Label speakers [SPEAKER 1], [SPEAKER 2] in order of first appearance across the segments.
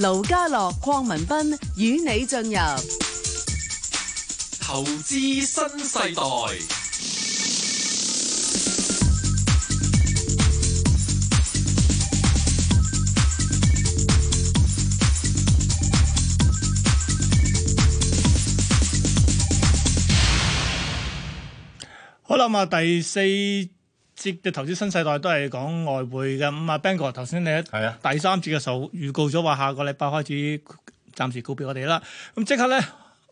[SPEAKER 1] 盧家樂、鄺文斌與你進入
[SPEAKER 2] 投資新世代。
[SPEAKER 3] 好啦，咁啊，第四節嘅投資新世代都係講外匯嘅。咁啊，Bang 哥頭先你喺
[SPEAKER 4] 係啊
[SPEAKER 3] 第三節嘅時候預告咗話下個禮拜開始暫時告別我哋啦。咁即刻咧，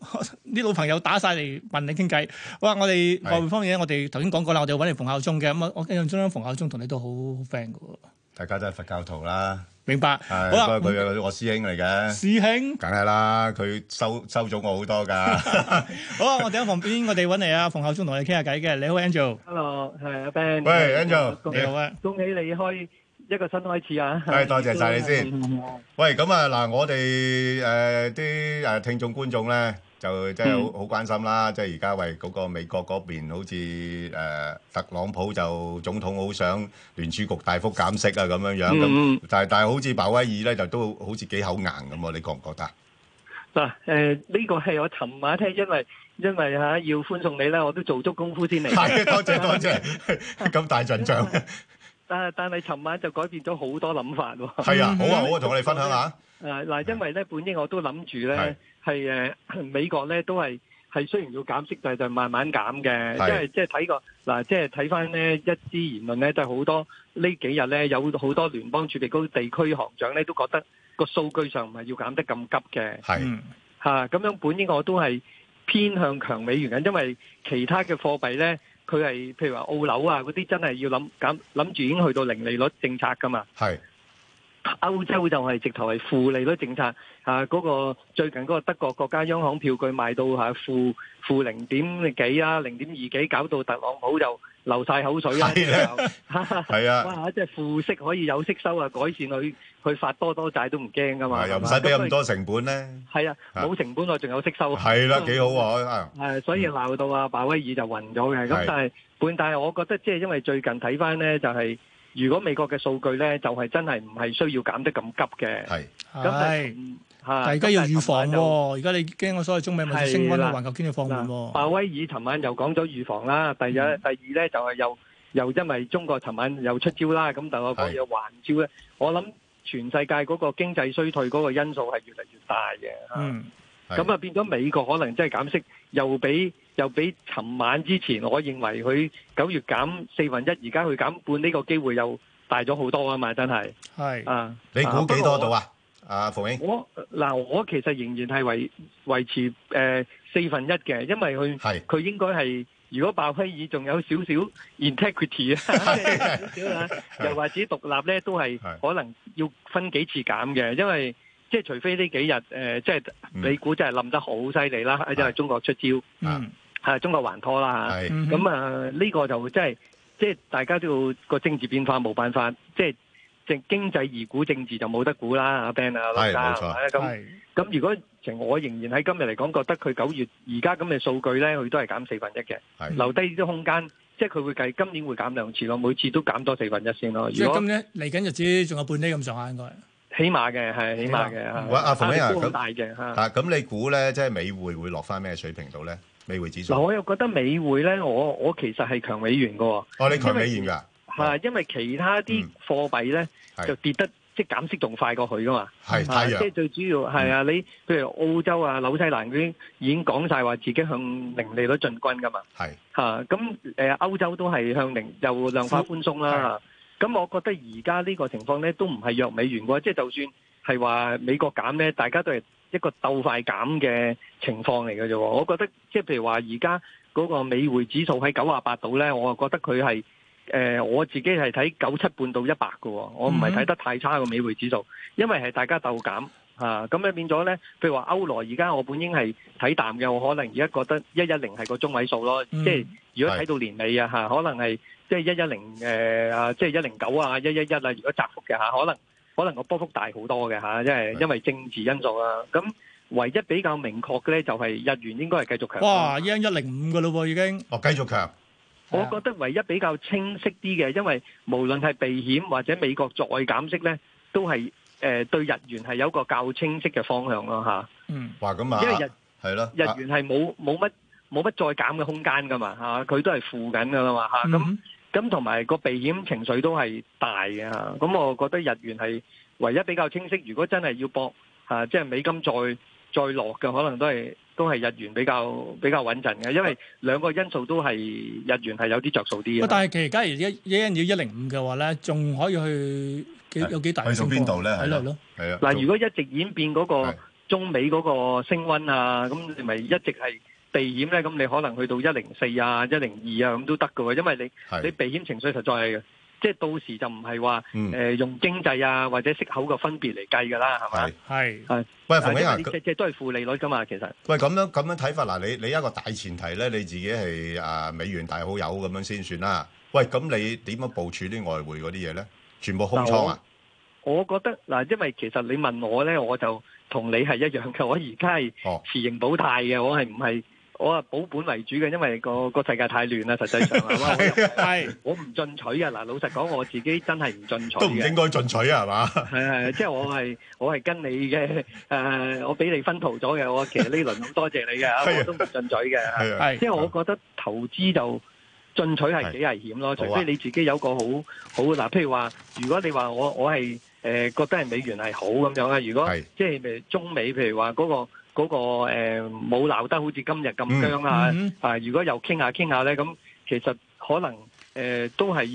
[SPEAKER 3] 啲老朋友打晒嚟問你傾偈。哇！我哋
[SPEAKER 4] 係
[SPEAKER 3] 外匯方面咧，我哋頭先講過啦，我哋揾嚟馮孝忠嘅。咁啊，我印象中咧，馮孝忠同你都好 friend 嘅喎。
[SPEAKER 4] 大家都係佛教徒啦，
[SPEAKER 3] 明白。
[SPEAKER 4] 係
[SPEAKER 3] 好啦
[SPEAKER 4] 不過，佢係我師兄嚟嘅，
[SPEAKER 3] 師兄，
[SPEAKER 4] 梗係啦，佢收收咗我好多㗎。
[SPEAKER 3] 好啊！我哋喺旁邊，我哋揾嚟啊，馮孝忠同你傾下偈嘅。你好，Angel。
[SPEAKER 5] Hello，係阿 Ben。
[SPEAKER 4] 喂，Angel，
[SPEAKER 5] 恭
[SPEAKER 3] 你好啊！
[SPEAKER 5] 恭喜你開一個新開始啊！
[SPEAKER 4] 係多謝晒你先
[SPEAKER 5] 嗯。
[SPEAKER 4] 喂，咁啊嗱，我哋誒啲誒聽眾觀眾咧，就真係好好關心啦。即係而家喂嗰個美國嗰邊，好似誒特朗普就總統好想聯儲局大幅減息啊，咁樣樣
[SPEAKER 5] 嗯
[SPEAKER 4] 咁
[SPEAKER 5] 嗯。
[SPEAKER 4] 但係但係好似鮑威爾咧，就都好似幾口硬咁喎，你覺唔覺得？
[SPEAKER 5] 嗱，誒呢個係我尋晚聽，因為因為嚇要歡送你啦，我都做足功夫先嚟。
[SPEAKER 4] 係，多謝多謝，咁大陣仗。
[SPEAKER 5] 但係但係尋晚就改變咗好多諗法喎。
[SPEAKER 4] 係啊，好啊，好啊，同我哋分享下。
[SPEAKER 5] 誒呃嗱，因為咧，本應我都諗住咧，係誒 美國咧都係係雖然要減息，但係就慢慢減嘅，
[SPEAKER 4] 係
[SPEAKER 5] 因為即係睇過嗱，即係睇翻呢一啲言論咧，就係好多呢幾日咧有好多聯邦儲備高地區行長咧都覺得個數據上唔係要減得咁急嘅
[SPEAKER 4] 係。
[SPEAKER 3] 嗯
[SPEAKER 5] 嚇，咁樣本應我都係偏向強美元嘅，因為其他嘅貨幣咧，佢係譬如話澳樓啊嗰啲真係要諗減諗住已經去到零利率政策㗎嘛。
[SPEAKER 4] 係
[SPEAKER 5] 歐洲就係直頭係負利率政策，啊嗰、個最近嗰個德國國家央行票據賣到嚇負負零點幾啊，零點二幾，搞到特朗普就流晒口水啦。
[SPEAKER 4] 係
[SPEAKER 5] 啊
[SPEAKER 4] 咧係啊，
[SPEAKER 5] 哇！即係負息可以有息收啊，改善佢佢發多多債都唔驚噶嘛，
[SPEAKER 4] 啊又唔
[SPEAKER 5] 係嘛
[SPEAKER 4] 使俾咁。多成本咧。
[SPEAKER 5] 咁佢係啊，冇成本我仲有息收。
[SPEAKER 4] 係啦，幾好喎啊！
[SPEAKER 5] 係，所以鬧到阿鮑威爾就暈咗嘅。咁
[SPEAKER 4] 係
[SPEAKER 5] 但係本，但係我覺得即係因為最近睇翻咧，就係、如果美國嘅數據咧，就係、真係唔係需要減得咁急嘅。
[SPEAKER 4] 係
[SPEAKER 5] 咁但
[SPEAKER 3] 係
[SPEAKER 5] 係。嗯嚇
[SPEAKER 3] 但係而家要
[SPEAKER 5] 咁但係
[SPEAKER 3] 預防
[SPEAKER 5] 尋晚就
[SPEAKER 3] 喎，而家你驚我所謂中美貿易升温啊，
[SPEAKER 5] 係啦
[SPEAKER 3] 環球經濟放緩
[SPEAKER 5] 嗱，
[SPEAKER 3] 喎。
[SPEAKER 5] 鮑威爾尋晚又講咗預防啦。第一、第
[SPEAKER 3] 嗯
[SPEAKER 5] 二咧就係又又因為中國尋晚又出招啦，咁但係嗰
[SPEAKER 4] 係
[SPEAKER 5] 嘢還招咧，我諗全世界嗰個經濟衰退嗰個因素係越嚟越大嘅。
[SPEAKER 3] 嗯，
[SPEAKER 4] 係
[SPEAKER 5] 咁啊變咗美國可能真係減息，又比又比尋晚之前，我認為佢九月減四分一，而家佢減半呢個機會又大咗好多啊嘛！真係
[SPEAKER 3] 係。
[SPEAKER 5] 啊，
[SPEAKER 4] 你估幾多度
[SPEAKER 5] 啊
[SPEAKER 4] 啊？阿馮英
[SPEAKER 5] 我嗱，我其實仍然係維維持誒四分一嘅，因為佢
[SPEAKER 4] 係
[SPEAKER 5] 佢應該係如果鮑威爾仲有少少 integrity 啊，即 係少少啊，又或者獨立咧，都係
[SPEAKER 4] 係
[SPEAKER 5] 可能要分幾次減嘅，因為即係除非呢幾日誒、呃即係
[SPEAKER 4] 嗯
[SPEAKER 5] 美股真係冧得好犀利啦，因為中國出招
[SPEAKER 3] 嗯，
[SPEAKER 5] 係、中國還拖啦嚇。
[SPEAKER 4] 係
[SPEAKER 3] 嗯哼
[SPEAKER 5] 咁啊，呢個就真係即係大家都要個政治變化冇辦法，即係政經濟而估政治就冇得估啦，阿 Ben 啊，
[SPEAKER 4] 係
[SPEAKER 5] 老家
[SPEAKER 4] 冇錯
[SPEAKER 5] 係咪咁
[SPEAKER 3] 係
[SPEAKER 5] 咁如果情我仍然喺今日嚟講，覺得佢九月而家咁嘅數據咧，佢都係減四分一嘅，
[SPEAKER 4] 係
[SPEAKER 5] 留低啲空間，即係佢會計今年會減兩次咯，每次都減多四分一先咯。
[SPEAKER 3] 即
[SPEAKER 5] 如
[SPEAKER 3] 係
[SPEAKER 5] 果
[SPEAKER 3] 今年嚟緊日子仲有半厘咁上下應該。
[SPEAKER 5] 起碼嘅係起碼嘅嚇，
[SPEAKER 4] 喂阿馮兄啊
[SPEAKER 5] 壓力都好
[SPEAKER 4] 咁
[SPEAKER 5] 大嘅嚇。
[SPEAKER 4] 啊！咁你估咧，即係美匯會落翻咩水平度咧？美匯指數
[SPEAKER 5] 嗱，我又覺得美匯咧，我我其實係強美元嘅喎。
[SPEAKER 4] 哦，你強美元㗎，
[SPEAKER 5] 係因為其他啲貨幣咧
[SPEAKER 4] 嗯係
[SPEAKER 5] 就跌得即係減息仲快過佢噶嘛，
[SPEAKER 4] 係太
[SPEAKER 5] 啊即
[SPEAKER 4] 陽嗯
[SPEAKER 5] 係最主要係啊，你譬如澳洲啊、紐西蘭嗰啲已經講晒話自己向零利率進軍噶嘛，
[SPEAKER 4] 係
[SPEAKER 5] 嚇咁誒歐洲都係向零又量化寬鬆啦，咁我覺得而家呢個情況咧都唔係弱美元喎，即係就算係話美國減咧，大家都係一個鬥快減嘅情況嚟嘅啫喎，我覺得即係譬如話而家嗰個美匯指數喺九啊八度咧，我啊覺得佢係。誒、我自己係睇九七半到一百嘅喎，我唔係睇得太差個美匯指數，因為係大家鬥減啊，咁樣變咗咧，譬如話歐羅而家我本應係睇淡嘅，我可能而家覺得一一零係個中位數咯，
[SPEAKER 3] 嗯
[SPEAKER 5] 即係如果睇到年尾啊嚇，可能係即係一一零誒啊，即係一零九啊，一一一啊，如果窄幅嘅嚇，可能可能個波幅大好多嘅嚇，因為
[SPEAKER 4] 係
[SPEAKER 5] 因為政治因素啦，咁唯一比較明確嘅咧就係日元應該係繼續強。
[SPEAKER 3] 哇，一一零五嘅嘞喎已經。
[SPEAKER 4] 哦，繼續強
[SPEAKER 5] 我覺得唯一比較清晰啲嘅，因為無論係避險或者美國再減息呢，都係誒、誒對日元係有一個較清晰嘅方向咯嚇，
[SPEAKER 3] 嗯，
[SPEAKER 4] 哇，咁啊，
[SPEAKER 5] 因為日
[SPEAKER 4] 係咯，啊
[SPEAKER 5] 日元係冇冇乜冇乜再減嘅空間噶嘛嚇，佢都係負緊噶啦嘛嚇，咁
[SPEAKER 3] 嗯
[SPEAKER 5] 咁同埋個避險情緒都係大嘅嚇，咁我覺得日元係唯一比較清晰。如果真係要搏嚇、啊即係美金再再落嘅，可能都係都係日元比較比較穩陣嘅，因為兩個因素都係日元係有啲着數
[SPEAKER 3] 喂
[SPEAKER 5] 啲嘅。
[SPEAKER 3] 但係其實假如一一 yen 要一零五嘅話咧，仲可以去幾有幾大嘅
[SPEAKER 4] 去到
[SPEAKER 3] 升幅
[SPEAKER 4] 邊度咧
[SPEAKER 3] 係
[SPEAKER 4] 係
[SPEAKER 3] 咯
[SPEAKER 4] 咯
[SPEAKER 3] 係咯，
[SPEAKER 4] 啊，係啊，
[SPEAKER 5] 嗱，如果一直演變嗰
[SPEAKER 4] 係
[SPEAKER 5] 個中美嗰個升温啊，咁你咪一直係避險咧，咁你可能去到一零四啊、一零二啊咁都得嘅喎，因為你
[SPEAKER 4] 係，
[SPEAKER 5] 你避險情緒實在係嘅，即係到時就唔係話。
[SPEAKER 4] 嗯，
[SPEAKER 5] 誒、用經濟啊或者息口嘅分別嚟計㗎啦，係嘛？
[SPEAKER 3] 係
[SPEAKER 4] 係。喂，
[SPEAKER 5] 啊因為
[SPEAKER 4] 馮景啊，
[SPEAKER 5] 呢隻隻都係負利率㗎嘛，其實
[SPEAKER 4] 喂，咁樣-咁樣睇法，嗱，你-你一個大前提呢，你自己係，啊，美元大好友咁樣先算啦。喂，咁你點樣部署啲外匯嗰啲嘢呢？全部空倉啊？
[SPEAKER 5] 我覺得嗱，因為其實你問我咧，我就同你係一樣嘅，我而家係
[SPEAKER 4] 哦
[SPEAKER 5] 持盈保泰嘅，我係唔係我係保本為主嘅，因為個個世界太亂啦，實 際上係嘛我又
[SPEAKER 3] 係
[SPEAKER 5] 我唔進取嘅，嗱，老實講我自己真係唔進取嘅。
[SPEAKER 4] 都唔應該進取啊，係嘛？
[SPEAKER 5] 係係，即係我係我係跟你嘅，誒、我俾你分途咗嘅，我其實呢輪好多謝你嘅，我都唔進取嘅。
[SPEAKER 4] 係啊，
[SPEAKER 3] 係
[SPEAKER 5] 即係我覺得投資就進取係幾危險咯，
[SPEAKER 4] 係好
[SPEAKER 5] 除
[SPEAKER 4] 啊
[SPEAKER 5] 非你自己有個好好嗱，譬如話，如果你話我我係誒、呃、覺得係美元係好咁樣啊，如果
[SPEAKER 4] 係
[SPEAKER 5] 即係譬如中美譬如話嗰、個嗰、個呃冇鬧得好似今日咁僵啊、
[SPEAKER 3] 嗯
[SPEAKER 5] 啊，如果又傾下傾下咧，咁其實可能誒、呃都係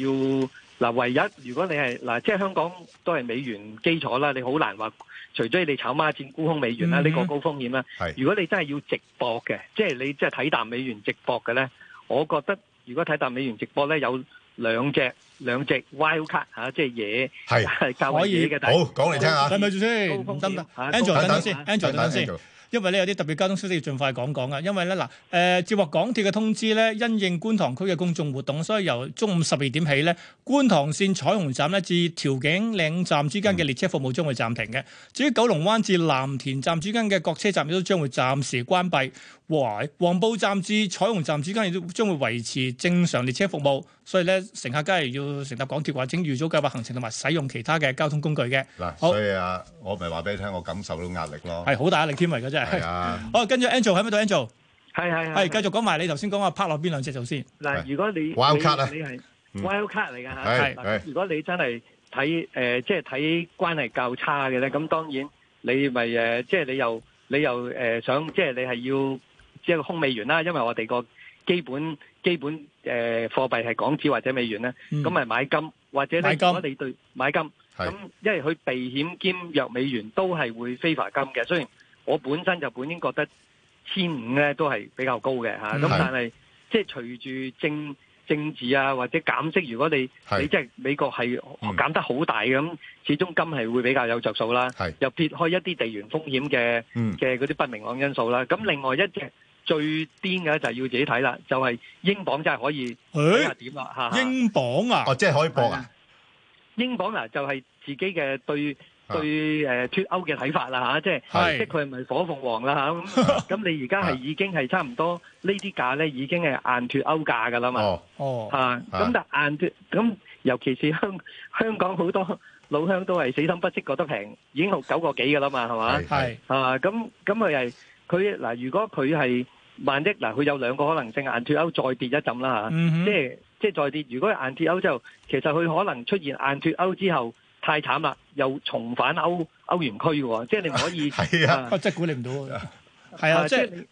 [SPEAKER 5] 要。嗱，唯一如果你係嗱，即係香港都係美元基礎啦，你好難話，除非你炒孖展沽空美元啦，
[SPEAKER 3] 嗯
[SPEAKER 5] 呢、個高風險啦
[SPEAKER 4] 係。
[SPEAKER 5] 如果你真係要直播嘅，即係你即係睇淡美元直播嘅咧，我覺得如果睇淡美元直播咧，有兩隻兩隻 wild card 嚇、即係
[SPEAKER 4] 係。
[SPEAKER 5] 嘢較為嘢嘅，但係
[SPEAKER 4] 好，講嚟聽下。
[SPEAKER 3] 等咪住先，
[SPEAKER 5] 高風險
[SPEAKER 3] 得唔得
[SPEAKER 5] 啊
[SPEAKER 3] ？Angel 等
[SPEAKER 5] 高風險
[SPEAKER 3] 等先
[SPEAKER 5] 啊
[SPEAKER 3] ，Angel 等等先。
[SPEAKER 4] 等等，Angel。
[SPEAKER 3] 因為咧有啲特別交通消息要盡快講講啊，因為咧嗱，誒、接獲港鐵嘅通知咧，因應觀塘區嘅公眾活動，所以由中午十二點起咧，觀塘線彩虹站咧至調景嶺站之間嘅列車服務將會暫停嘅。至於九龍灣至藍田站之間嘅各車站亦都將會暫時關閉。哇！黃埔站至彩虹站之間亦都將會維持正常列車服務，所以咧乘客梗係要乘搭港鐵或者預早計劃行程同埋使用其他嘅交通工具嘅，
[SPEAKER 4] 嗱，
[SPEAKER 3] 好。
[SPEAKER 4] 所以啊，我咪話俾你聽，我感受到壓力咯。
[SPEAKER 3] 係好大壓力添嚟嘅真係。
[SPEAKER 4] 係啊，
[SPEAKER 3] 好，跟住 Angel 喺咪度？Angel
[SPEAKER 5] 係係
[SPEAKER 3] 係繼續講埋你頭先講話拍落邊兩隻做先。
[SPEAKER 5] 嗱，如果你
[SPEAKER 4] Wild card 啊
[SPEAKER 5] 你你係
[SPEAKER 4] 嗯
[SPEAKER 5] wild card 嚟㗎嚇，
[SPEAKER 4] 係
[SPEAKER 5] 嗱
[SPEAKER 4] 係
[SPEAKER 5] 如果你真係睇誒，即係睇關係較差嘅咧，咁當然你咪誒，即係你又你又誒想，即係你係要即係空美元啦，因為我哋個基本基本誒貨幣係港紙或者美元咧，
[SPEAKER 3] 嗯
[SPEAKER 5] 咁啊咪買金或者咧，
[SPEAKER 3] 買金
[SPEAKER 5] 如果你對買金。
[SPEAKER 4] 係。
[SPEAKER 5] 咁因為佢避險兼弱美元都係會非法金嘅，雖然我本身就本應覺得千五咧都係比較高嘅嚇，
[SPEAKER 3] 嗯
[SPEAKER 5] 咁
[SPEAKER 4] 係
[SPEAKER 5] 但係即係隨住政政治啊或者減息，如果你
[SPEAKER 4] 係
[SPEAKER 5] 你即係美國係
[SPEAKER 4] 嗯
[SPEAKER 5] 減得好大嘅咁，始終金係會比較有着數啦
[SPEAKER 4] 係，
[SPEAKER 5] 又撇開一啲地緣風險嘅
[SPEAKER 4] 嗯
[SPEAKER 5] 嘅嗰啲不明朗因素啦。咁另外一隻最癲嘅就係要自己睇啦，就係英鎊真係可以睇下
[SPEAKER 3] 嗯誒，
[SPEAKER 5] 點啦嚇。
[SPEAKER 3] 英鎊啊，
[SPEAKER 4] 哦，即係可以搏啊？
[SPEAKER 5] 英鎊嗱就係自己嘅對
[SPEAKER 4] 啊
[SPEAKER 5] 對誒脱歐嘅睇法啦嚇，即係
[SPEAKER 3] 係
[SPEAKER 5] 即係佢係咪火鳳凰啦嚇咁咁你而家係已經係差唔多呢啲價咧已經係硬脱歐價㗎啦嘛
[SPEAKER 4] 哦，
[SPEAKER 3] 哦，
[SPEAKER 5] 嚇，咁但係硬脱咁尤其是香 香港好多老鄉都係死心不息覺得平，已經九個幾㗎啦嘛係嘛
[SPEAKER 4] 係
[SPEAKER 3] 係
[SPEAKER 5] 啊咁咁佢係佢嗱如果佢係萬一嗱佢有兩個可能性硬脱歐再跌一陣啦嚇。
[SPEAKER 3] 嗯哼，
[SPEAKER 5] 即係即係再跌。如果係硬脱歐之後，其實佢可能出現硬脱歐之後太慘啦，又重返歐歐元區嘅喎，即係你唔可以
[SPEAKER 4] 係啊，
[SPEAKER 5] 啊
[SPEAKER 3] 我真係估你唔到啊，係啊，
[SPEAKER 5] 啊
[SPEAKER 3] 即係
[SPEAKER 5] 你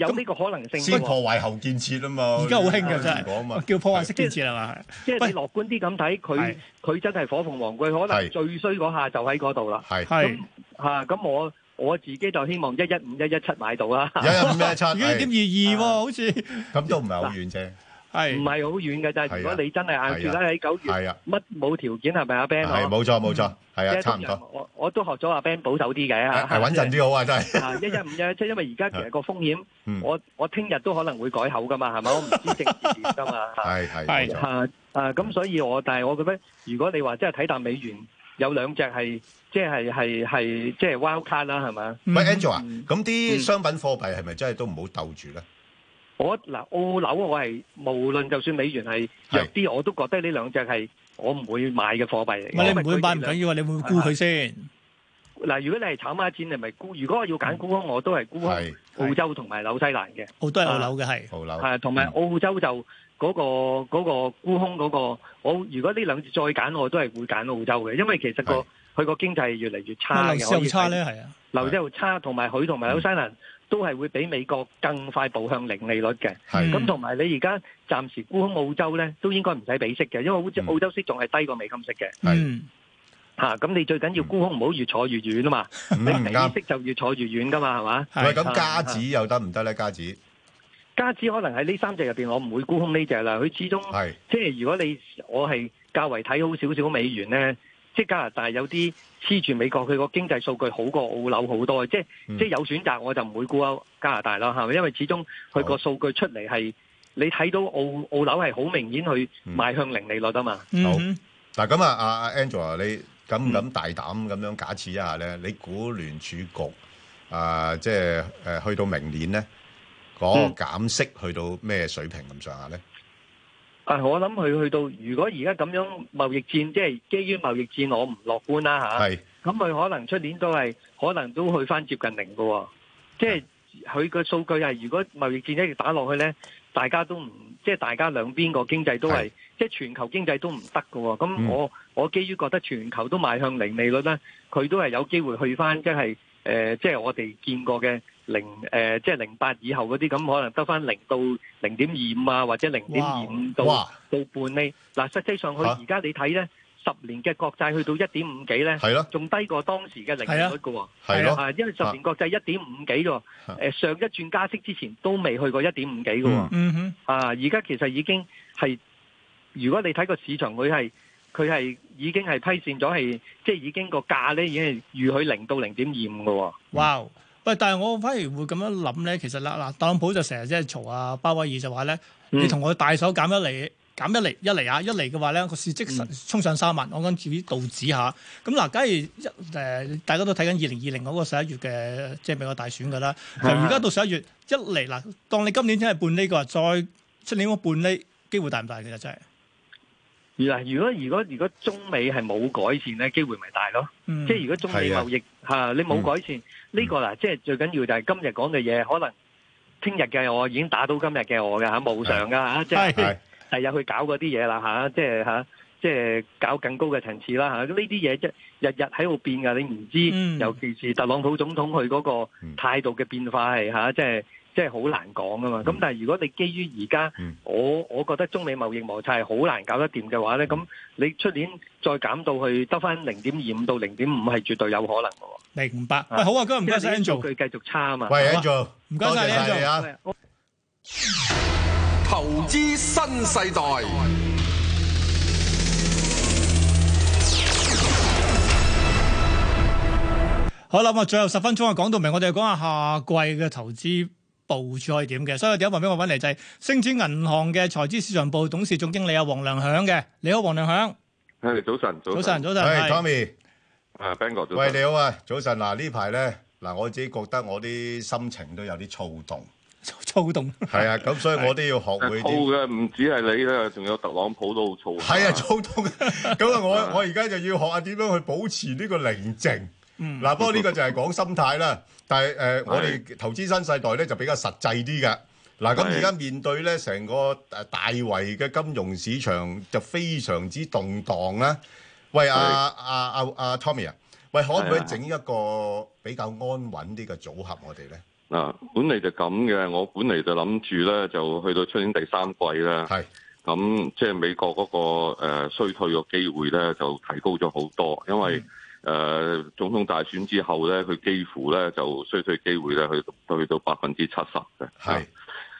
[SPEAKER 5] 有呢個可能性喎。
[SPEAKER 4] 先破壞後建設啊嘛，
[SPEAKER 3] 而家好興㗎，真係。
[SPEAKER 4] 講嘛。
[SPEAKER 3] 叫破壞式建設係嘛？
[SPEAKER 5] 即係
[SPEAKER 3] 喂
[SPEAKER 5] 你樂觀啲咁
[SPEAKER 3] 係
[SPEAKER 5] 睇，佢佢真係火鳳凰，佢可能
[SPEAKER 4] 係
[SPEAKER 5] 最衰嗰下就喺嗰度啦。
[SPEAKER 4] 係。
[SPEAKER 3] 係
[SPEAKER 5] 嚇咁我我自己就希望一一五一一七買到啦，
[SPEAKER 4] 有人五一七，
[SPEAKER 3] 而家一點二二喎，好似
[SPEAKER 4] 係，咁都唔係好遠啫，
[SPEAKER 3] 係
[SPEAKER 5] 唔
[SPEAKER 3] 嗯
[SPEAKER 5] 係好遠嘅咋。
[SPEAKER 4] 係啊
[SPEAKER 5] 如果你真係硬脱歐喺九月，
[SPEAKER 4] 係啊。
[SPEAKER 5] 乜冇條件係咪阿 Ben
[SPEAKER 4] 係冇
[SPEAKER 5] 我？
[SPEAKER 4] 錯冇錯，係啊，
[SPEAKER 5] 即係
[SPEAKER 4] 差唔多，
[SPEAKER 5] 通常我我都學咗阿 Ben 保守啲嘅
[SPEAKER 4] 係
[SPEAKER 5] 嚇，
[SPEAKER 4] 係穩陣啲好啊，真係。
[SPEAKER 5] 啊，一一五一，即係因為而家其實個風險，
[SPEAKER 4] 嗯，。
[SPEAKER 5] 我我聽日都可能會改口噶嘛，係咪？我唔知政治點噶嘛
[SPEAKER 4] 係係
[SPEAKER 3] 係
[SPEAKER 4] 冇錯，
[SPEAKER 5] 啊啊，咁所以我但係我覺得，如果你話即係睇淡美元，有兩隻係即係係係即係 wild card 啦，係咪？
[SPEAKER 3] 嗯
[SPEAKER 4] 喂 Angel 啊，
[SPEAKER 5] 嗯
[SPEAKER 4] 咁啲
[SPEAKER 5] 嗯
[SPEAKER 4] 商品貨幣係咪真係都唔好鬥住咧？
[SPEAKER 5] 我嗱澳啊樓我係無論就算美元係弱啲，我都覺得呢兩隻係我唔會買嘅貨幣嚟
[SPEAKER 3] 唔
[SPEAKER 5] 嘅。
[SPEAKER 3] 係
[SPEAKER 5] 因
[SPEAKER 3] 你
[SPEAKER 5] 為
[SPEAKER 3] 唔會
[SPEAKER 5] 佢
[SPEAKER 3] 買
[SPEAKER 5] 哋
[SPEAKER 3] 唔
[SPEAKER 5] 兩
[SPEAKER 3] 緊要啊，你會估佢先。
[SPEAKER 5] 嗱，如果你係炒孖展，你咪沽。如果我要揀沽空，我都係沽空
[SPEAKER 4] 係
[SPEAKER 3] 係
[SPEAKER 5] 澳洲同埋紐西蘭嘅。
[SPEAKER 3] 好多係澳樓嘅係。
[SPEAKER 4] 好樓，
[SPEAKER 5] 係同埋
[SPEAKER 4] 嗯
[SPEAKER 5] 澳洲就嗰、個嗰、個沽空嗰、個，我如果呢兩次再揀，我都係會揀澳洲嘅，因為其實
[SPEAKER 4] 係
[SPEAKER 5] 個佢個經濟越嚟越差
[SPEAKER 3] 啊樓
[SPEAKER 5] 嘅，
[SPEAKER 3] 市
[SPEAKER 5] 可
[SPEAKER 3] 又
[SPEAKER 5] 以
[SPEAKER 3] 差
[SPEAKER 5] 睇
[SPEAKER 3] 咧，係啊，
[SPEAKER 5] 樓市又差，同埋佢同埋紐西蘭都係會比美國更快步向零利率嘅。
[SPEAKER 4] 係
[SPEAKER 5] 咁同埋你而家暫時沽空澳洲咧，都應該唔使俾息嘅，因為好似
[SPEAKER 4] 嗯
[SPEAKER 5] 澳洲息仲係低過美金息嘅
[SPEAKER 4] 係
[SPEAKER 3] 嗯，
[SPEAKER 5] 嚇。咁、你最緊要沽空唔好越坐越遠啊嘛，
[SPEAKER 4] 嗯
[SPEAKER 5] 你
[SPEAKER 4] 唔
[SPEAKER 5] 俾
[SPEAKER 4] 啱。
[SPEAKER 5] 息就越坐越遠噶嘛，係嘛？
[SPEAKER 3] 係
[SPEAKER 4] 喂，咁加紙又得唔得咧？加紙
[SPEAKER 5] 加之可能喺呢三隻入邊，我唔會沽空呢只啦。佢始
[SPEAKER 3] 哦
[SPEAKER 5] 終
[SPEAKER 4] 係
[SPEAKER 5] 即係如果你我係較為睇好少少美元咧，即係加拿大有啲黐住美國，佢個經濟數據好過澳紐好多，即係、
[SPEAKER 4] 嗯
[SPEAKER 5] 即係有選擇我就唔會沽歐加拿大啦，係咪？因為始終佢個
[SPEAKER 4] 好
[SPEAKER 5] 數據出嚟係你睇到澳澳紐係好明顯去
[SPEAKER 4] 嗯
[SPEAKER 5] 邁向零利率啊嘛。
[SPEAKER 4] 好
[SPEAKER 3] 嗯
[SPEAKER 4] 嗱，咁啊，阿阿 Angela，你敢唔敢大膽咁樣假設一下咧？你估聯儲局啊，即係誒去到明年咧，嗰
[SPEAKER 3] 嗯
[SPEAKER 4] 個減息去到咩水平咁上下咧？
[SPEAKER 5] 啊，我諗佢去到如果而家咁樣貿易戰，即係基於貿易戰，我唔樂觀啦
[SPEAKER 3] 啊
[SPEAKER 5] 嚇。
[SPEAKER 4] 係
[SPEAKER 5] 咁佢可能出年都係可能都去翻接近零嘅喎、即係佢個數據係如果貿易戰一直打落去咧，大家都唔即係大家兩邊個經濟都係即係全球經濟都唔得嘅喎。
[SPEAKER 4] 嗯
[SPEAKER 5] 咁我我基於覺得全球都邁向零利率咧，佢都係有機會去翻即係誒即係我哋見過嘅零誒即係零八以後嗰啲咁，可能得翻零到零點二五啊，或者零點二五到。
[SPEAKER 4] 哇，
[SPEAKER 5] 到半厘。嗱，實際上佢
[SPEAKER 4] 嚇
[SPEAKER 5] 而家你睇咧，十年嘅國債去到一點五幾咧，
[SPEAKER 4] 係咯，
[SPEAKER 5] 仲低過當時嘅零利率嘅喎。
[SPEAKER 4] 係
[SPEAKER 3] 係
[SPEAKER 4] 咯，
[SPEAKER 5] 啊，因為十年國債一點五幾喎，誒上一轉加息之前都未去過一點五幾嘅喎。
[SPEAKER 3] 哼，
[SPEAKER 4] 嗯
[SPEAKER 3] 嗯哼，
[SPEAKER 5] 啊，而家其實已經係，如果你睇個市場，佢係佢係已經係批線咗，係即係已經個價咧已經係預佢零到零點二五嘅喎。
[SPEAKER 3] 哇！喂，但係我反而會咁樣諗咧，其實啦，嗱，特朗普就成日即係嘈啊，鮑威爾就話咧，
[SPEAKER 5] 嗯
[SPEAKER 3] 你同我大手減一厘，減一厘，一厘啊，一厘嘅話咧，個市即衝上三萬，我講自己道指下。咁嗱，假如一誒大家都睇緊二零二零嗰個十一月嘅即係美國大選㗎啦，由而家到十一月一厘嗱，當你今年真係半厘嘅話，再出年嗰半厘機會大唔大其實真係，
[SPEAKER 5] 嗱，如果如果如果中美係冇改善咧，機會咪大咯。
[SPEAKER 3] 嗯
[SPEAKER 5] 即係如果中美貿易嚇你冇改善，呢個嗱，即係最緊要就係今日講嘅嘢，可能聽日嘅我已經打到今日嘅我嘅嚇無常㗎嚇，即
[SPEAKER 3] 係
[SPEAKER 5] 係
[SPEAKER 4] 係
[SPEAKER 5] 第日去搞嗰啲嘢啦嚇，即係嚇。即係搞更高嘅層次啦嚇，咁呢啲嘢即係日日喺度變㗎，你唔知，
[SPEAKER 3] 嗯
[SPEAKER 5] 尤其是特朗普總統佢嗰個
[SPEAKER 4] 嗯
[SPEAKER 5] 態度嘅變化係嚇，即係即係好難講噶嘛。咁
[SPEAKER 4] 嗯
[SPEAKER 5] 但係如果你基於而家
[SPEAKER 4] 嗯，
[SPEAKER 5] 我我覺得中美貿易摩擦係好難搞得掂嘅話咧，咁你出年再減到去得翻零點二五到零點五係絕對有可能嘅
[SPEAKER 3] 明白。喂，好啊，今日唔該
[SPEAKER 5] 喎，因
[SPEAKER 3] 晒
[SPEAKER 5] 為你啲數
[SPEAKER 3] Angel，
[SPEAKER 5] 據繼續差啊嘛。
[SPEAKER 4] 喂
[SPEAKER 3] 好啊
[SPEAKER 4] ，Angel，
[SPEAKER 3] 唔該晒
[SPEAKER 4] 多謝
[SPEAKER 3] 你
[SPEAKER 4] 晒
[SPEAKER 3] Angel
[SPEAKER 4] 你啊。
[SPEAKER 2] 投資新世代，
[SPEAKER 3] 好啦，咁啊，最後十分鐘啊，講到明，我哋講下下季嘅投資部署係點嘅。所以第一份俾我揾嚟就係星展銀行嘅財資市場部董事總經理啊，黃良響嘅。你好，黃良響，
[SPEAKER 6] 係早晨，
[SPEAKER 3] 早
[SPEAKER 6] 早
[SPEAKER 3] 晨，
[SPEAKER 6] 晨，
[SPEAKER 3] 早晨，
[SPEAKER 4] 係
[SPEAKER 3] 係
[SPEAKER 4] Tommy。
[SPEAKER 6] 啊 Ben 哥早
[SPEAKER 4] 喂，
[SPEAKER 6] 晨，
[SPEAKER 4] 你好啊，早晨嗱，呢排咧嗱，我自己覺得我啲心情都有啲躁 動，
[SPEAKER 3] 躁動，
[SPEAKER 4] 係啊，咁所以我都要學會
[SPEAKER 6] 燥
[SPEAKER 4] 啲，
[SPEAKER 6] 嘅唔止係你啦，仲有特朗普都好燥。
[SPEAKER 4] 係啊，躁動。咁啊，我我而家就要學下點樣去保持呢個寧靜。
[SPEAKER 3] 嗯，
[SPEAKER 4] 嗱，不過呢個就係講心態啦。但係誒、呃我哋投資新世代咧就比較實際啲嘅。嗱，咁
[SPEAKER 6] 係
[SPEAKER 4] 而家面對咧成個誒大圍嘅金融市場就非常之動盪啦。喂，阿阿阿阿 Tommy 啊，喂，可唔可以
[SPEAKER 6] 係啊
[SPEAKER 4] 整一個比較安穩啲嘅組合我哋咧？
[SPEAKER 6] 嗱，本嚟就咁嘅，我本嚟就諗住咧，就去到出年第三季
[SPEAKER 5] 啊
[SPEAKER 6] 啦，
[SPEAKER 4] 係
[SPEAKER 6] 咁即係美國嗰、個、呃、衰退嘅機會咧就提高咗好多，因為誒、呃、總統大選之後咧，佢幾乎咧就衰退機會咧去到去到百分之七十嘅。
[SPEAKER 4] 係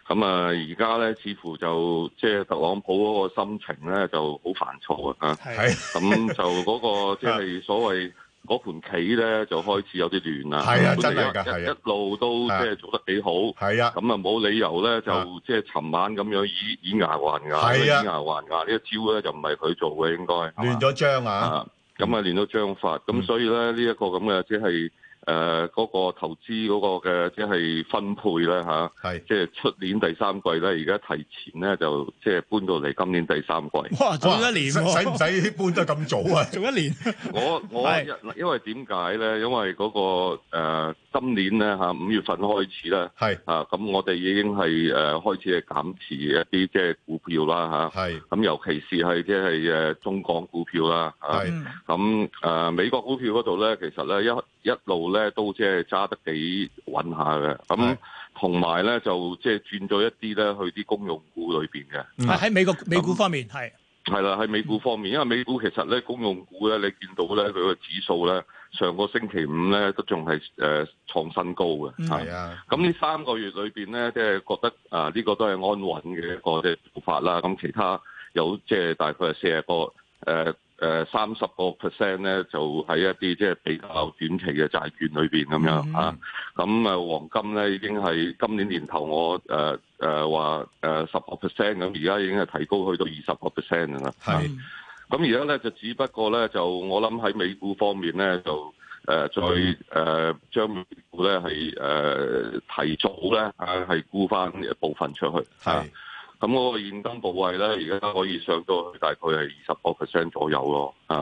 [SPEAKER 6] 咁啊，而家咧似乎就即係特朗普嗰個心情咧就好煩躁啊！啊
[SPEAKER 3] 係
[SPEAKER 4] 係
[SPEAKER 6] 咁就
[SPEAKER 4] 啊
[SPEAKER 6] 嗰個即係所謂嗰盤棋咧，就開始有啲亂啦。
[SPEAKER 4] 係啊
[SPEAKER 6] 本嚟
[SPEAKER 4] 真係㗎
[SPEAKER 6] 一
[SPEAKER 4] 係啊
[SPEAKER 6] 一一路都即
[SPEAKER 4] 啊
[SPEAKER 6] 係做得幾好，
[SPEAKER 4] 係啊，
[SPEAKER 6] 咁啊冇理由咧
[SPEAKER 4] 啊
[SPEAKER 6] 就即係尋晚咁樣以以牙還牙，以
[SPEAKER 4] 係啊
[SPEAKER 6] 牙還牙呢一招咧就唔係佢做嘅應該。係嘛
[SPEAKER 4] 亂咗章啊！
[SPEAKER 6] 啊，咁啊練到章法，咁
[SPEAKER 4] 嗯
[SPEAKER 6] 所以咧呢一個咁嘅即係誒嗰個投資嗰個嘅即係分配咧嚇。
[SPEAKER 4] 係
[SPEAKER 6] 即係出年第三季咧，而家提前咧就即係搬到嚟今年第三 季。
[SPEAKER 3] 哇，做一年
[SPEAKER 4] 使
[SPEAKER 3] 喎，
[SPEAKER 4] 使唔使搬得咁早啊？
[SPEAKER 3] 做一年？
[SPEAKER 6] 我我
[SPEAKER 3] 係
[SPEAKER 6] 因因為點解咧？因為嗰、個、呃、今年咧嚇五月份開始咧
[SPEAKER 4] 係
[SPEAKER 6] 啊，咁我哋已經係誒、呃、開始係減持一啲即係股票啦嚇。
[SPEAKER 4] 係
[SPEAKER 6] 咁尤其是係即係誒中港股票啦，啊
[SPEAKER 4] 係
[SPEAKER 3] 嗯
[SPEAKER 6] 咁誒、呃美國股票嗰度咧，其實咧一一路咧都即係揸得幾穩下嘅，
[SPEAKER 4] 係
[SPEAKER 6] 咁同埋咧就即係轉咗一啲咧去啲公用股裏邊嘅，
[SPEAKER 4] 嗯
[SPEAKER 3] 喺喺美國美股方面係
[SPEAKER 6] 係啦，喺美股方面，因為美股其實咧公用股咧，你見到咧佢個指數咧上個星期五咧都仲係誒創新高嘅，
[SPEAKER 3] 嗯
[SPEAKER 6] 啊
[SPEAKER 4] 係啊，
[SPEAKER 6] 咁呢三個月裏邊咧，即係覺得啊，呢、個都係安穩嘅一個即係做法啦。咁其他有即係大概係四十個誒誒三十個 percent 咧，就喺一啲即係比較短期嘅債券裏邊咁樣
[SPEAKER 3] 嗯
[SPEAKER 6] 啊。咁啊，黃金咧已經係今年年頭我誒誒話誒十個 percent 咁，而家已經係提高去到二十個 percent 㗎啦。
[SPEAKER 4] 係
[SPEAKER 3] 嗯
[SPEAKER 6] 咁而家咧就只不過咧就我諗喺美股方面咧就誒、呃再誒、呃、將美股咧係誒提早咧啊係沽翻部分出去啊
[SPEAKER 4] 係。
[SPEAKER 6] 咁嗰個現金部位咧，而家可以上到去大概係二十個 percent 左右咯，啊，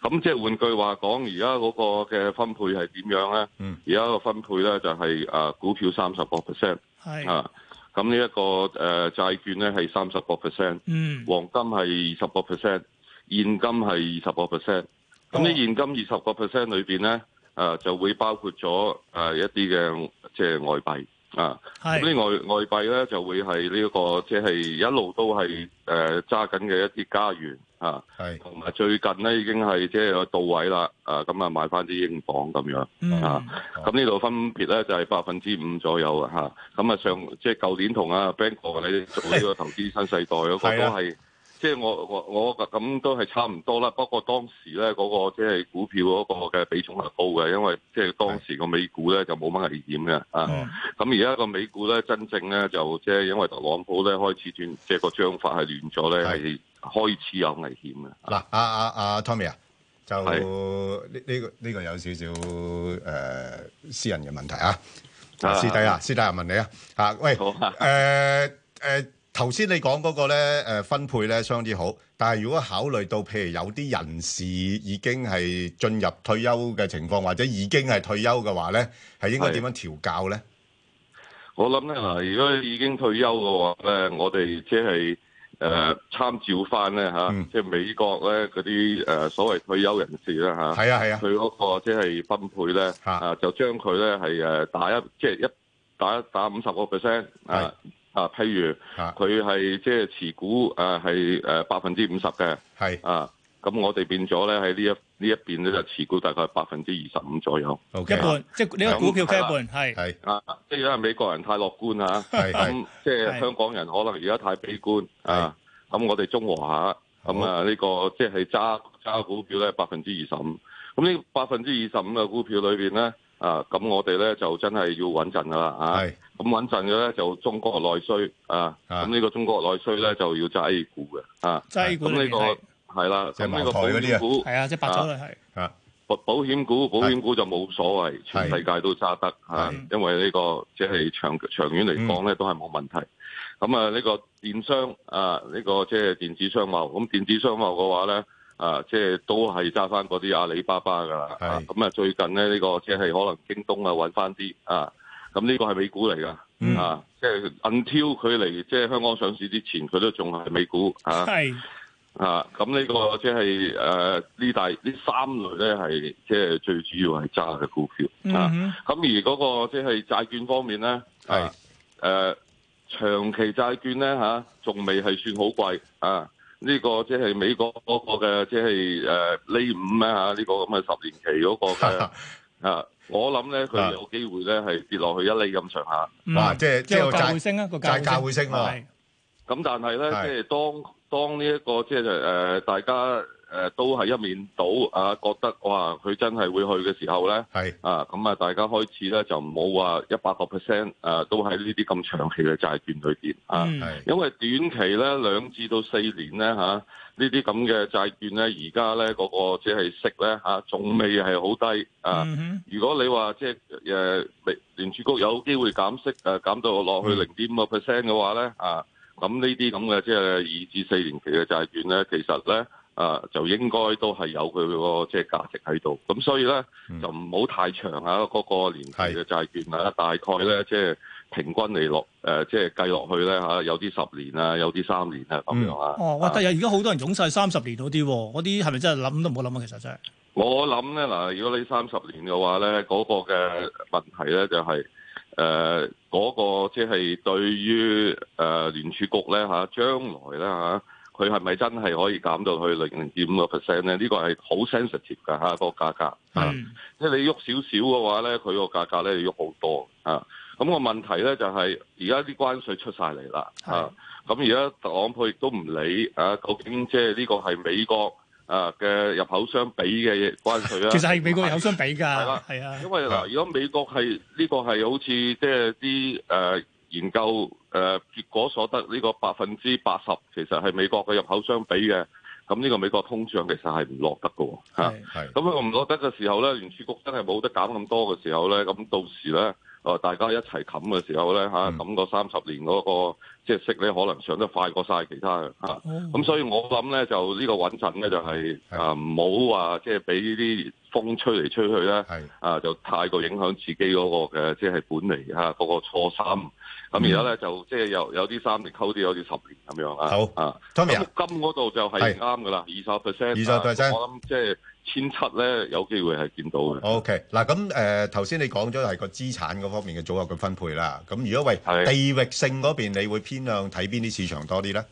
[SPEAKER 4] 嗯
[SPEAKER 6] 咁即係換句話講，而家嗰個嘅分配係點樣咧？
[SPEAKER 4] 嗯
[SPEAKER 6] 而家個分配咧就係、啊股票三十個 percent
[SPEAKER 3] 係
[SPEAKER 6] 啊，咁呢一個誒、呃、債券咧係三十個 percent。
[SPEAKER 3] 嗯
[SPEAKER 6] 黃金係二十個 percent，現金係二十個 percent。咁呢
[SPEAKER 3] 哦
[SPEAKER 6] 現金二十個 percent 裏邊咧，誒、就會包括咗誒、一啲嘅即係外幣啊。咁
[SPEAKER 3] 係
[SPEAKER 6] 呢外外幣咧就會係呢、個即係、一路都係誒揸緊嘅一啲加元啊，
[SPEAKER 4] 係
[SPEAKER 6] 同埋最近咧已經係即係到位啦。啊，咁啊買翻啲英鎊咁樣。
[SPEAKER 3] 嗯
[SPEAKER 6] 啊
[SPEAKER 4] 哦
[SPEAKER 6] 咁呢度分別咧就係百分之五左右啊嚇，咁啊上即係舊年同阿 Ben 哥你哋做呢個投資新世代嗰個
[SPEAKER 4] 係
[SPEAKER 6] 都
[SPEAKER 4] 啊
[SPEAKER 6] 係，即係我我我咁都係差唔多啦。不過當時咧嗰個即係股票嗰個嘅比重係高嘅，因為即係當時個美股咧就冇乜危險嘅啊。
[SPEAKER 4] 哦
[SPEAKER 3] 嗯
[SPEAKER 6] 咁而家個美股咧真正咧就即係因為特朗普咧開始轉，即係個章法係亂咗咧，
[SPEAKER 4] 係
[SPEAKER 6] 係開始有危險嘅。
[SPEAKER 4] 嗱，阿阿阿 Tommy 啊，就
[SPEAKER 6] 係
[SPEAKER 4] 呢呢個呢個有少少誒私人嘅問題啊，
[SPEAKER 6] 啊
[SPEAKER 4] 師弟啊，師弟啊問你啊，嚇喂
[SPEAKER 6] 好啊
[SPEAKER 4] 誒誒頭先你講嗰個咧誒分配咧相當之好，但係如果考慮到譬如有啲人士已經係進入退休嘅情況，或者已經係退休嘅話咧，係應該
[SPEAKER 6] 係
[SPEAKER 4] 點樣調教咧？
[SPEAKER 6] 我諗咧嗱，如果已經退休嘅話咧，我哋即係誒參照翻咧嚇，
[SPEAKER 4] 嗯
[SPEAKER 6] 即係美國咧嗰啲誒所謂退休人士咧嚇，
[SPEAKER 4] 係啊係啊，
[SPEAKER 6] 佢嗰個即係分配咧
[SPEAKER 4] 嚇
[SPEAKER 6] 啊，就將佢咧係誒打一即係一打打五十個 percent 啊啊，譬如
[SPEAKER 4] 嚇
[SPEAKER 6] 佢係即係持股誒係誒百分之五十嘅
[SPEAKER 4] 係
[SPEAKER 6] 啊，咁我哋變咗咧喺呢一呢一邊咧就持股大概百分之二十五左右。
[SPEAKER 3] 一
[SPEAKER 4] OK
[SPEAKER 3] 半，即係你個股票嘅一半係
[SPEAKER 4] 係
[SPEAKER 6] 啊，即係因為美國人太樂觀啊，
[SPEAKER 4] 係
[SPEAKER 6] 咁即
[SPEAKER 3] 係
[SPEAKER 6] 係香港人可能而家太悲觀啊，咁我哋中和下，咁
[SPEAKER 4] 好
[SPEAKER 6] 啊呢個即係揸揸股票咧百分之二十五，咁呢百分之二十五嘅股票裏邊咧，啊咁我哋咧就真係要穩陣噶啦啊，
[SPEAKER 4] 係
[SPEAKER 6] 咁穩陣嘅咧就中國內需啊，
[SPEAKER 4] 啊
[SPEAKER 6] 咁呢個中國內需咧就要揸 A 股嘅啊，
[SPEAKER 3] 擠股
[SPEAKER 6] 咁
[SPEAKER 3] 裏
[SPEAKER 6] 呢
[SPEAKER 3] 面係
[SPEAKER 6] 個係啦，
[SPEAKER 4] 即
[SPEAKER 6] 咁
[SPEAKER 4] 係
[SPEAKER 6] 呢個
[SPEAKER 4] 茅台
[SPEAKER 6] 保
[SPEAKER 4] 嗰啲啊
[SPEAKER 6] 險股。
[SPEAKER 3] 係啊，即係白酒類係
[SPEAKER 4] 嚇
[SPEAKER 6] 保保險股，保險股就冇所謂，全
[SPEAKER 4] 係
[SPEAKER 6] 世界都揸得嚇
[SPEAKER 4] 係，嗯
[SPEAKER 6] 因為呢、個即係長長遠嚟講咧都係冇問題。咁啊呢個電商啊呢、個即係電子商貿，咁電子商貿嘅話咧啊即係都係揸翻嗰啲阿里巴巴㗎啦。
[SPEAKER 4] 係
[SPEAKER 6] 啊咁啊最近咧呢、個即係可能京東啊揾翻啲啊，咁呢個係美股嚟㗎。
[SPEAKER 4] 嗯
[SPEAKER 6] 啊，即係 until 佢嚟即係香港上市之前，佢都仲係美股啊。
[SPEAKER 3] 係
[SPEAKER 6] 啊，咁呢個即係誒呢大呢三類咧係即係最主要係揸嘅股票啊。
[SPEAKER 3] 嗯
[SPEAKER 6] 咁而嗰個即係債券方面咧，
[SPEAKER 4] 係
[SPEAKER 6] 啊誒長期債券咧嚇，仲未係算好貴啊。呢個即係美國嗰個嘅即係誒呢五咧嚇，呢個咁嘅十年期嗰個 嘅啊，我諗咧
[SPEAKER 4] 啊
[SPEAKER 6] 佢有機會咧係跌落去一厘咁上下。
[SPEAKER 3] 哼，
[SPEAKER 4] 哇！
[SPEAKER 3] 嗯
[SPEAKER 4] 即係
[SPEAKER 3] 即
[SPEAKER 4] 即
[SPEAKER 3] 係
[SPEAKER 4] 係
[SPEAKER 3] 個
[SPEAKER 4] 個
[SPEAKER 3] 價會
[SPEAKER 4] 債
[SPEAKER 3] 升啊，個
[SPEAKER 4] 債價
[SPEAKER 3] 會
[SPEAKER 4] 會升喎，
[SPEAKER 3] 係
[SPEAKER 6] 咁但係咧，
[SPEAKER 4] 係
[SPEAKER 6] 即係當當呢、一個即係誒、呃大家誒都係一面倒啊，覺得哇佢真係會去嘅時候咧。
[SPEAKER 4] 係
[SPEAKER 6] 啊，咁啊，大家開始咧就唔好話一百個 percent，誒都喺呢啲咁長期嘅債券裏邊啊。
[SPEAKER 3] 嗯
[SPEAKER 4] 係
[SPEAKER 6] 因為短期咧兩至到四年咧嚇，呢啲咁嘅債券咧，而家咧嗰個即係息咧嚇，仲未係好低啊。
[SPEAKER 3] 嗯
[SPEAKER 6] 如果你話即係誒聯聯儲局有機會減息誒減到落去零點五個 percent 嘅話咧啊，咁呢啲咁嘅即係二至四年期嘅債券咧，其實咧啊就應該都係有佢個即係價值喺度。咁所以咧
[SPEAKER 4] 嗯
[SPEAKER 6] 就唔好太長啊嗰、個年期嘅債券啊，大概咧即係平均嚟落誒，即係計落去咧嚇，有啲十年啊，有啲三年啊咁樣啊。
[SPEAKER 3] 哼，哦，哇！
[SPEAKER 6] 啊
[SPEAKER 3] 但係而家好多人湧晒三十年嗰啲喎，嗰啲係咪真係諗都冇諗啊？其實真係，
[SPEAKER 6] 我諗咧嗱，如果你三十年嘅話咧，嗰、個嘅問題咧就係、誒嗰個即係對於誒、聯儲局咧嚇，將來咧嚇，佢係咪真係可以減到去零點五個 percent 咧？呢、個係好 sensitive 㗎嚇，個價格。啊
[SPEAKER 3] 嗯
[SPEAKER 6] 即係你喐少少嘅話咧，佢個價格咧要喐好多啊！咁、個問題咧就係而家啲關稅出晒嚟啦
[SPEAKER 3] 係
[SPEAKER 6] 啊！咁而家特朗普亦都唔理啊，究竟即係呢個係美國啊嘅入口商俾嘅關稅啊？
[SPEAKER 3] 其實係美國有相比㗎，
[SPEAKER 6] 啦
[SPEAKER 3] 係啊，
[SPEAKER 6] 因為
[SPEAKER 4] 啊
[SPEAKER 6] 嗱，如果美國係呢、個係好似即係啲誒研究誒、呃、結果所得呢個百分之八十，其實係美國嘅入口商俾嘅，咁呢個美國通脹其實係唔落得嘅喎啊嚇
[SPEAKER 3] 係
[SPEAKER 4] 係
[SPEAKER 6] 咁佢唔落得嘅時候咧，聯儲局真係冇得減咁多嘅時候咧，咁到時咧，誒大家一齊冚嘅時候咧嚇，
[SPEAKER 4] 嗯
[SPEAKER 6] 咁個三十年嗰、個即係息咧，可能上得快過晒其他嘅嚇。
[SPEAKER 3] 哦
[SPEAKER 6] 咁所以我諗咧就呢個穩陣咧就係
[SPEAKER 4] 係
[SPEAKER 6] 啊唔好話即係俾呢啲風吹嚟吹去咧
[SPEAKER 4] 係
[SPEAKER 6] 啊就太過影響自己嗰個嘅即係本嚟嚇嗰個初心。咁而家
[SPEAKER 4] 嗯
[SPEAKER 6] 咧就即係有有啲三年溝啲，有啲十年咁樣啊。
[SPEAKER 4] 好
[SPEAKER 6] 啊。
[SPEAKER 4] ，Tommy 啊，
[SPEAKER 6] 咁金嗰度就係
[SPEAKER 4] 係
[SPEAKER 6] 啱噶啦，二十 percent，啊
[SPEAKER 4] 20%
[SPEAKER 6] 我諗即係千七咧，有機會係見到嘅。
[SPEAKER 4] OK，嗱咁誒頭先你講咗係個資產嗰方面嘅組合嘅分配啦。咁如果喂
[SPEAKER 6] 係
[SPEAKER 4] 地域性嗰邊，你會偏向睇邊啲市場多啲咧？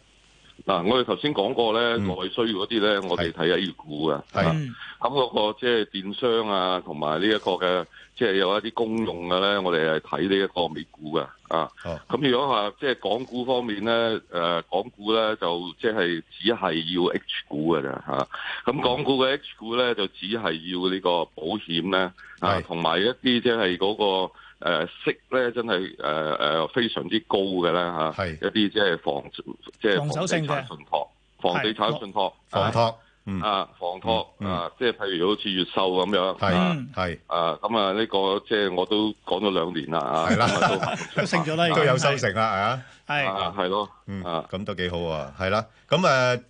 [SPEAKER 6] 嗱，我哋頭先講過咧，
[SPEAKER 4] 嗯
[SPEAKER 6] 內需嗰啲咧，我哋睇 A 股嘅。
[SPEAKER 4] 係
[SPEAKER 6] 啊
[SPEAKER 3] 嗯
[SPEAKER 6] 咁嗰個即係電商啊，同埋呢一個嘅，即係有一啲公用嘅咧，我哋係睇呢一個美股嘅。啊，
[SPEAKER 4] 哦
[SPEAKER 6] 咁如果話即係港股方面咧，誒、港股咧就即係只係要 H 股嘅啫嚇。啊咁、港股嘅 H 股咧就只係要呢個保險咧，啊
[SPEAKER 4] 係，
[SPEAKER 6] 同埋一啲即係嗰個。誒、息咧真係誒誒非常之高嘅咧嚇，
[SPEAKER 4] 係
[SPEAKER 6] 一啲即係房即係
[SPEAKER 3] 防守性嘅
[SPEAKER 6] 房地產信託、房地產信託、
[SPEAKER 4] 房託，嗯，
[SPEAKER 6] 啊，房託
[SPEAKER 4] 嗯嗯
[SPEAKER 6] 啊，即係譬如好似越秀咁樣，啊
[SPEAKER 4] 係
[SPEAKER 3] 嗯
[SPEAKER 4] 係
[SPEAKER 6] 啊，咁啊呢個即係我都講咗兩年啦，啊，
[SPEAKER 4] 係啦
[SPEAKER 6] 咁啊 都
[SPEAKER 3] 都勝咗啦，
[SPEAKER 4] 都有收成啦，啊，
[SPEAKER 3] 係。
[SPEAKER 6] 啊係咯，
[SPEAKER 4] 嗯，
[SPEAKER 6] 啊
[SPEAKER 4] 咁都幾好喎，係啦，咁誒。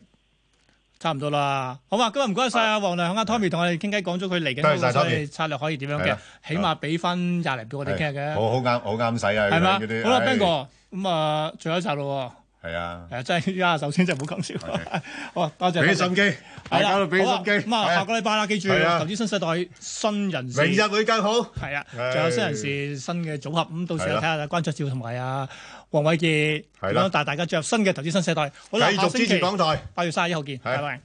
[SPEAKER 3] 差唔多啦，好啊嘛？今日唔該晒
[SPEAKER 6] 啊
[SPEAKER 3] 阿黃亮、阿 Tommy 同我哋傾偈，講咗佢嚟緊嗰
[SPEAKER 4] 多謝
[SPEAKER 3] 個
[SPEAKER 4] 晒
[SPEAKER 3] 所
[SPEAKER 4] Tommy
[SPEAKER 3] 謂策略可以點樣
[SPEAKER 4] 係啊
[SPEAKER 3] 嘅
[SPEAKER 4] 啦，
[SPEAKER 3] 起碼俾翻廿零俾我哋傾下嘅，
[SPEAKER 4] 好好啱，好啱使啊！
[SPEAKER 3] 係嘛
[SPEAKER 4] 嗰啲？
[SPEAKER 3] 好啦
[SPEAKER 4] 唉
[SPEAKER 3] ，Ben 哥，咁啊，最後一集咯
[SPEAKER 4] 係啊
[SPEAKER 3] 喎，，係啊真係啊，首先真係唔好講笑
[SPEAKER 4] OK，
[SPEAKER 3] 好啊，多謝，
[SPEAKER 4] 俾啲
[SPEAKER 3] 多謝
[SPEAKER 4] 心機，大家都俾
[SPEAKER 3] 好啊
[SPEAKER 4] 啲心機。
[SPEAKER 3] 咁啊，
[SPEAKER 4] 係
[SPEAKER 3] 下個禮拜啦，記住投
[SPEAKER 4] 係啊
[SPEAKER 3] 資新世代新人士，
[SPEAKER 4] 明日會更好。
[SPEAKER 3] 係啊，
[SPEAKER 4] 唉
[SPEAKER 3] 仲有新人士新嘅組合，咁到時
[SPEAKER 4] 係
[SPEAKER 3] 候
[SPEAKER 4] 啦
[SPEAKER 3] 睇下關卓照同埋啊黃偉傑
[SPEAKER 4] 係
[SPEAKER 3] 點
[SPEAKER 4] 啦
[SPEAKER 3] 樣帶大家進入新嘅投資新世代。好啦，
[SPEAKER 4] 繼
[SPEAKER 3] 下
[SPEAKER 4] 續
[SPEAKER 3] 星
[SPEAKER 4] 支
[SPEAKER 3] 期
[SPEAKER 4] 持港台。
[SPEAKER 3] 八月三十一號見，
[SPEAKER 4] 係
[SPEAKER 3] 拜拜。